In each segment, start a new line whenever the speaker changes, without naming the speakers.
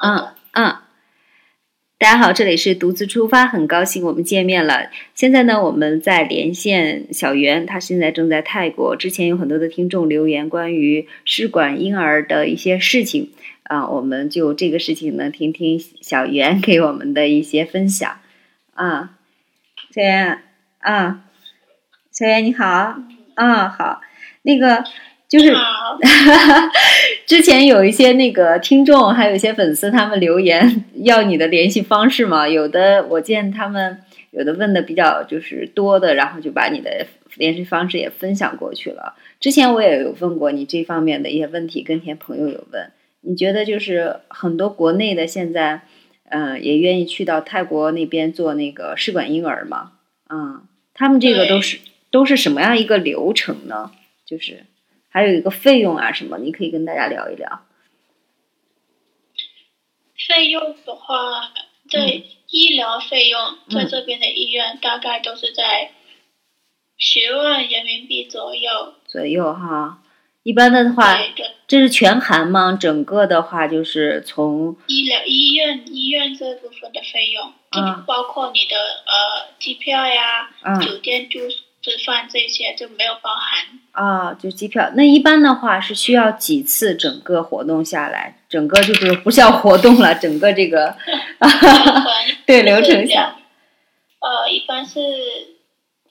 嗯嗯，大家好，这里是独自出发，很高兴我们见面了。现在呢，我们在连线小袁，他现在正在泰国。之前有很多的听众留言关于试管婴儿的一些事情啊，我们就这个事情呢，听听小袁给我们的一些分享啊。小袁啊，小袁你好啊，好，那个就是。
好，
之前有一些那个听众，还有一些粉丝，他们留言要你的联系方式嘛。有的我见他们有的问的比较就是多的，然后就把你的联系方式也分享过去了。之前我也有问过你这方面的一些问题，跟前朋友有问。你觉得就是很多国内的现在，嗯、也愿意去到泰国那边做那个试管婴儿吗？嗯，他们这个都是都是什么样一个流程呢？就是。还有一个费用啊什么，你可以跟大家聊一聊。
费用的话，对
嗯
医疗费用，在这边的医院大概都是在十万人民币左右。
左右哈，一般的话，
对对，
这是全含吗？整个的话就是从
医疗医院医院这部分的费用，
啊
就包括你的呃机票呀、
啊
酒店住吃饭这些就没有包含。
啊，就机票。那一般的话是需要几次整个活动下来？整个就是不叫活动了，整个这个对 流程下
呃，一般是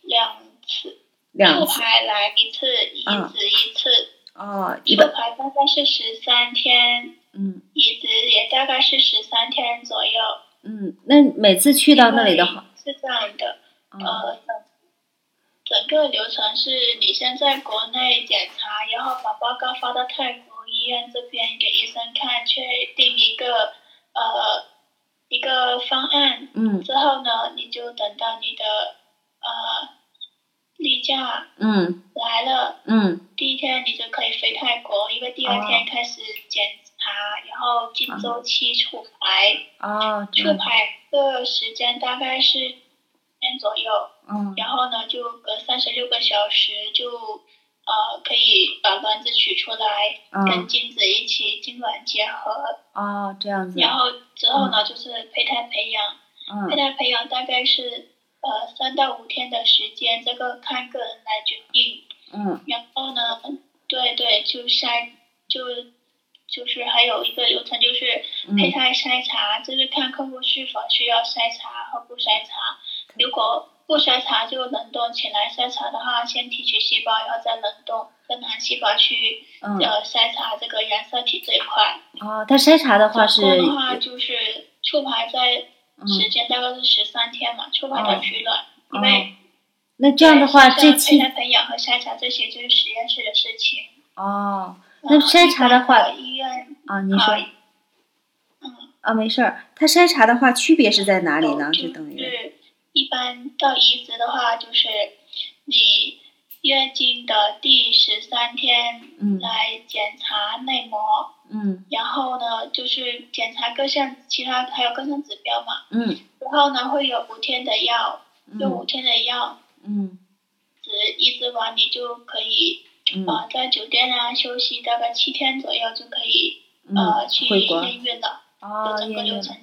两次，
两
复
次
排来一次，移
嗯
植一次。
哦，一
复
般
排大概是十三天，
嗯
移植也大概是十三天左右。
嗯，那每次去到那里的话，
是这样的，
啊
呃，整整个流程是你先在国内检查，然后把报告发到泰国医院这边给医生看，确定一个呃一个方案。
嗯
之后呢，你就等到你的呃例假
嗯
来了。
嗯
第一天你就可以飞泰国，因为第二
哦
天开始检查，然后进周期出牌，
哦，这
出
样
牌的时间大概是天左右，
嗯
然后呢就隔三十六个小时就呃可以把卵子取出来，跟
嗯
精子一起精卵结合，
哦这样子，
然后之后呢就是胚胎培养，胚
嗯
胎培养大概是呃三到五天的时间，这个看个人来决定。
嗯
然后呢，对对，就筛，就就是还有一个流程就是胚
嗯
胎筛查，就是看客户是否需要筛查和不筛查。如果不筛查就冷冻起来，筛查的话先提取细胞，然后再冷冻，跟含细胞去
嗯
呃筛查这个染色体这一块。
哦，他筛查的话是
总共的话就是触排在时
嗯
间大概是十三天嘛，触排到取卵，因
哦
为。
那这样的话，这
对像胚
期
胎培养和筛查这些就是实验室的事情。
哦，那筛查的话
呃医院
啊，你说
呃
啊，没事儿。它筛查的话，区别是在哪里呢？
就
就等于
是一般到移植的话，就是你月经的第十三天
嗯
来检查内膜，
嗯
然后呢就是检查各项其他还有各项指标嘛，
嗯
然后呢会有五天的药，用
嗯
五天的药
嗯
只移植完你就可以。
嗯
呃，在酒店啊休息大概七天左右就可以、
嗯
呃去
回国
验孕了，
啊，
就整个
验
流
孕
程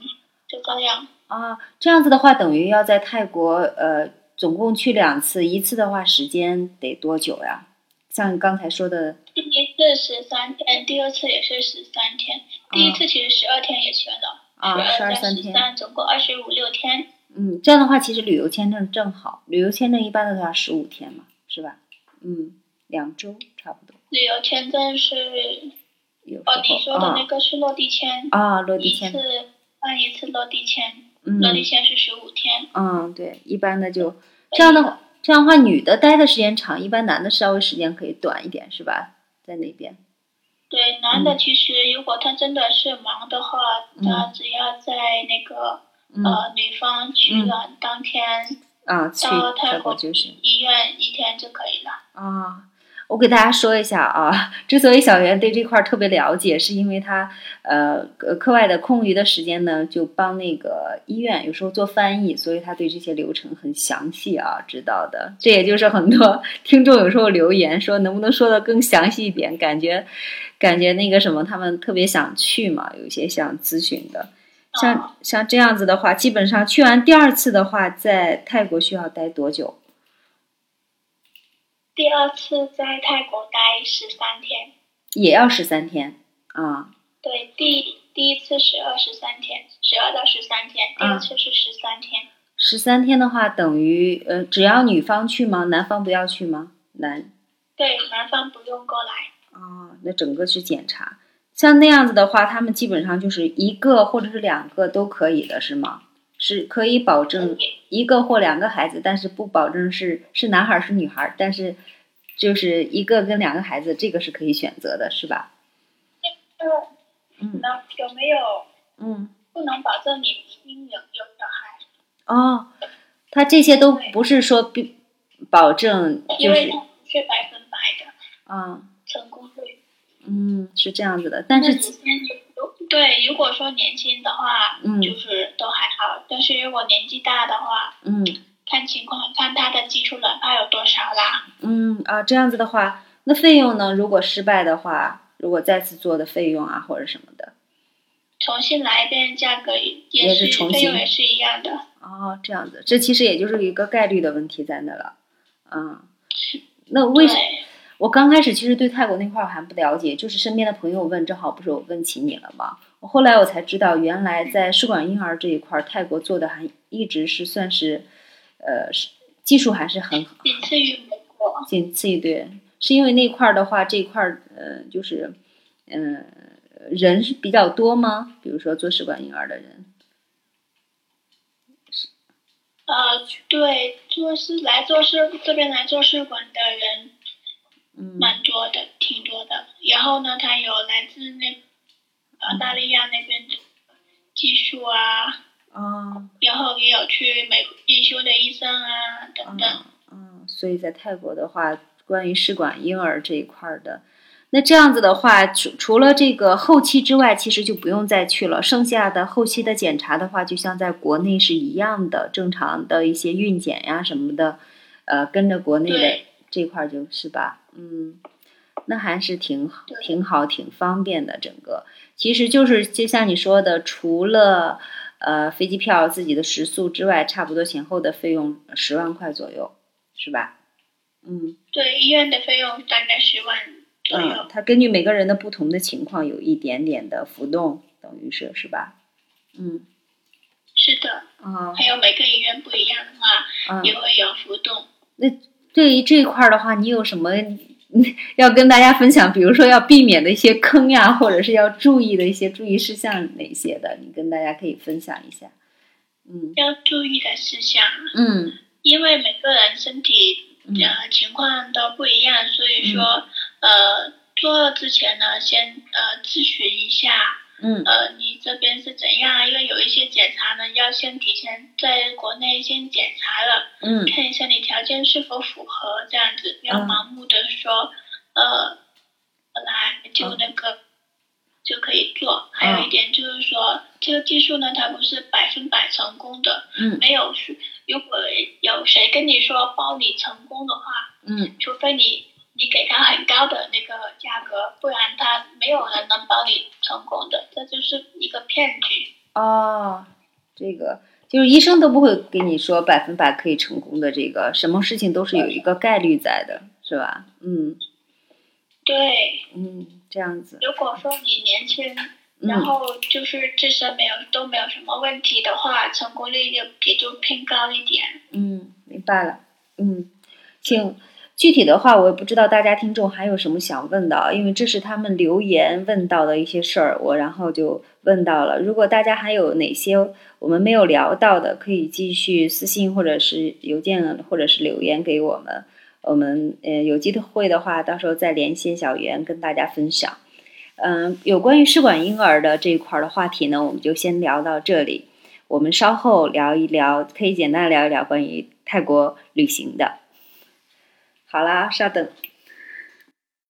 就这样。
啊，这样子的话，等于要在泰国呃，总共去两次，一次的话时间得多久呀？像刚才说的，
第一次十三天，第二次也是十三天，第一次其实十二天也全了，
啊，十二
二
三
十
天，
三，总共二十五六天。
嗯，这样的话，其实旅游签证正好，旅游签证一般的话十五天嘛，是吧？嗯，两周差不多，
旅游签证是
有时
哦，你
候
说的那
啊
个是落地签，
啊，落地
一
签，
次办一次落地签，
嗯
落地签是十五天。
嗯，对，一般的就这样的话，这样的话，女的待的时间长，一般男的稍微时间可以短一点，是吧？在那边，
对，男的其实如果他真的是忙的话，
嗯
他只要在那个
嗯
呃女方取
嗯
卵当天
啊，去
到泰
泰
国
国就是
医院一天就可以了。
啊，我给大家说一下啊，之所以小袁对这块儿特别了解，是因为他呃课课外的空余的时间呢，就帮那个医院有时候做翻译，所以他对这些流程很详细啊，知道的。这也就是很多 听众有时候留言说，能不能说的更详细一点？感觉感觉那个什么，他们特别想去嘛，有一些想咨询的。像像这样子的话，基本上去完第二次的话，在泰国需要待多久？
第二次在泰国待十三天，
也要十三天啊、
对，第第一次是二十三天，十二到十三天，第
嗯
二次是十三天，
十三天的话，等于呃，只要女方去吗？男方不要去吗？男
对，男方不用过来，
啊、那整个去检查。像那样子的话，他们基本上就是一个或者是两个都可以的，是吗？是可以保证
也
一个或两个孩子，但是不保证是是男孩儿是女孩儿，但是就是一个跟两个孩子，这个是可以选择的，是吧？
嗯，
嗯
那有没有
嗯，
不能保证你一定有有小孩？
哦，他这些都不是说必保证，
因
就
为
是
它不是百分百的
啊，
成功率。
嗯，是这样子的，但
那你
是
先如对，如果说年轻的话，
嗯
就是都还好；但是如果年纪大的话，
嗯。
看情况，看他的基础卵泡有多少啦。
嗯啊，这样子的话，那费用呢？如果失败的话，如果再次做的费用啊，或者什么的，
重新来一遍，价格
也
也
是重
费用
新
也是一样的。
哦，这样子，这其实也就是一个概率的问题在那了，嗯，那为什
对
我刚开始其实对泰国那块儿我还不了解，就是身边的朋友问，正好不是我问起你了吗？我后来我才知道，原来在试管婴儿这一块儿，泰国做的还一直是算是，呃，是技术还是很
仅次于美国。
仅次于对，是因为那块儿的话，这块儿呃，就是嗯、呃人是比较多吗？比如说做试管婴儿的人，
呃，对，做事来做事这边来做试管的人
嗯
蛮多的，挺多的。然后呢，他有来自那呃
嗯
澳大利亚那边的技术啊，
啊
然后也有去美国进修的医生啊等等。
啊啊！所以在泰国的话，关于试管婴儿这一块儿的，那这样子的话，除除了这个后期之外，其实就不用再去了。剩下的后期的检查的话，就像在国内是一样的，正常的一些孕检呀什么的，呃，跟着国内的
对
这块儿就是吧，嗯。那还是挺好
对，
挺好，挺方便的。整个其实就是就像你说的，除了呃飞机票、自己的食宿之外，差不多前后的费用十万块左右，是吧？嗯
对，医院的费用大概十万左右。
嗯，它根据每个人的不同的情况有一点点的浮动，等于是是吧？嗯
是的，
啊
还有每个医院不一样的话，
啊，
也会有浮动。
对于这一块儿的话，你有什么嗯要跟大家分享？比如说要避免的一些坑呀，或者是要注意的一些注意事项哪些的，你跟大家可以分享一下。嗯
要注意的事项，
嗯
因为每个人身体
嗯
呃，情况都不一样，所以说，呃，做之前呢，先呃咨询一下，
嗯
呃，你这边是怎样？啊因为有一些检查呢，要先提前在国内先检查了，
嗯
看一下你条件是否符合，这样子，不要
嗯
盲目的说，呃，本来就
嗯
那个。就可以做，还有一点就是说，这个技术呢，它不是百分百成功的，
嗯
没有是，如果有谁跟你说包你成功的话，
嗯
除非你你给他很高的那个价格，不然他没有人能帮你成功的，这就是一个骗局。
哦，这个就是医生都不会给你说百分百可以成功的，这个什么事情都是有一个概率在的，是吧？嗯
对，
嗯，这样子，
如果说你年轻，然
嗯
后就是自身没有都没有什么问题的话，成功率就也就偏高一点。
嗯，明白了，嗯，请。具体的话，我也不知道大家听众还有什么想问的啊，因为这是他们留言问到的一些事儿，我然后就问到了。如果大家还有哪些我们没有聊到的，可以继续私信或者是邮件或者是留言给我们。我们呃有机会的话，到时候再联系小袁跟大家分享。嗯、有关于试管婴儿的这一块儿的话题呢，我们就先聊到这里。我们稍后聊一聊，可以简单聊一聊关于泰国旅行的。好啦，稍等，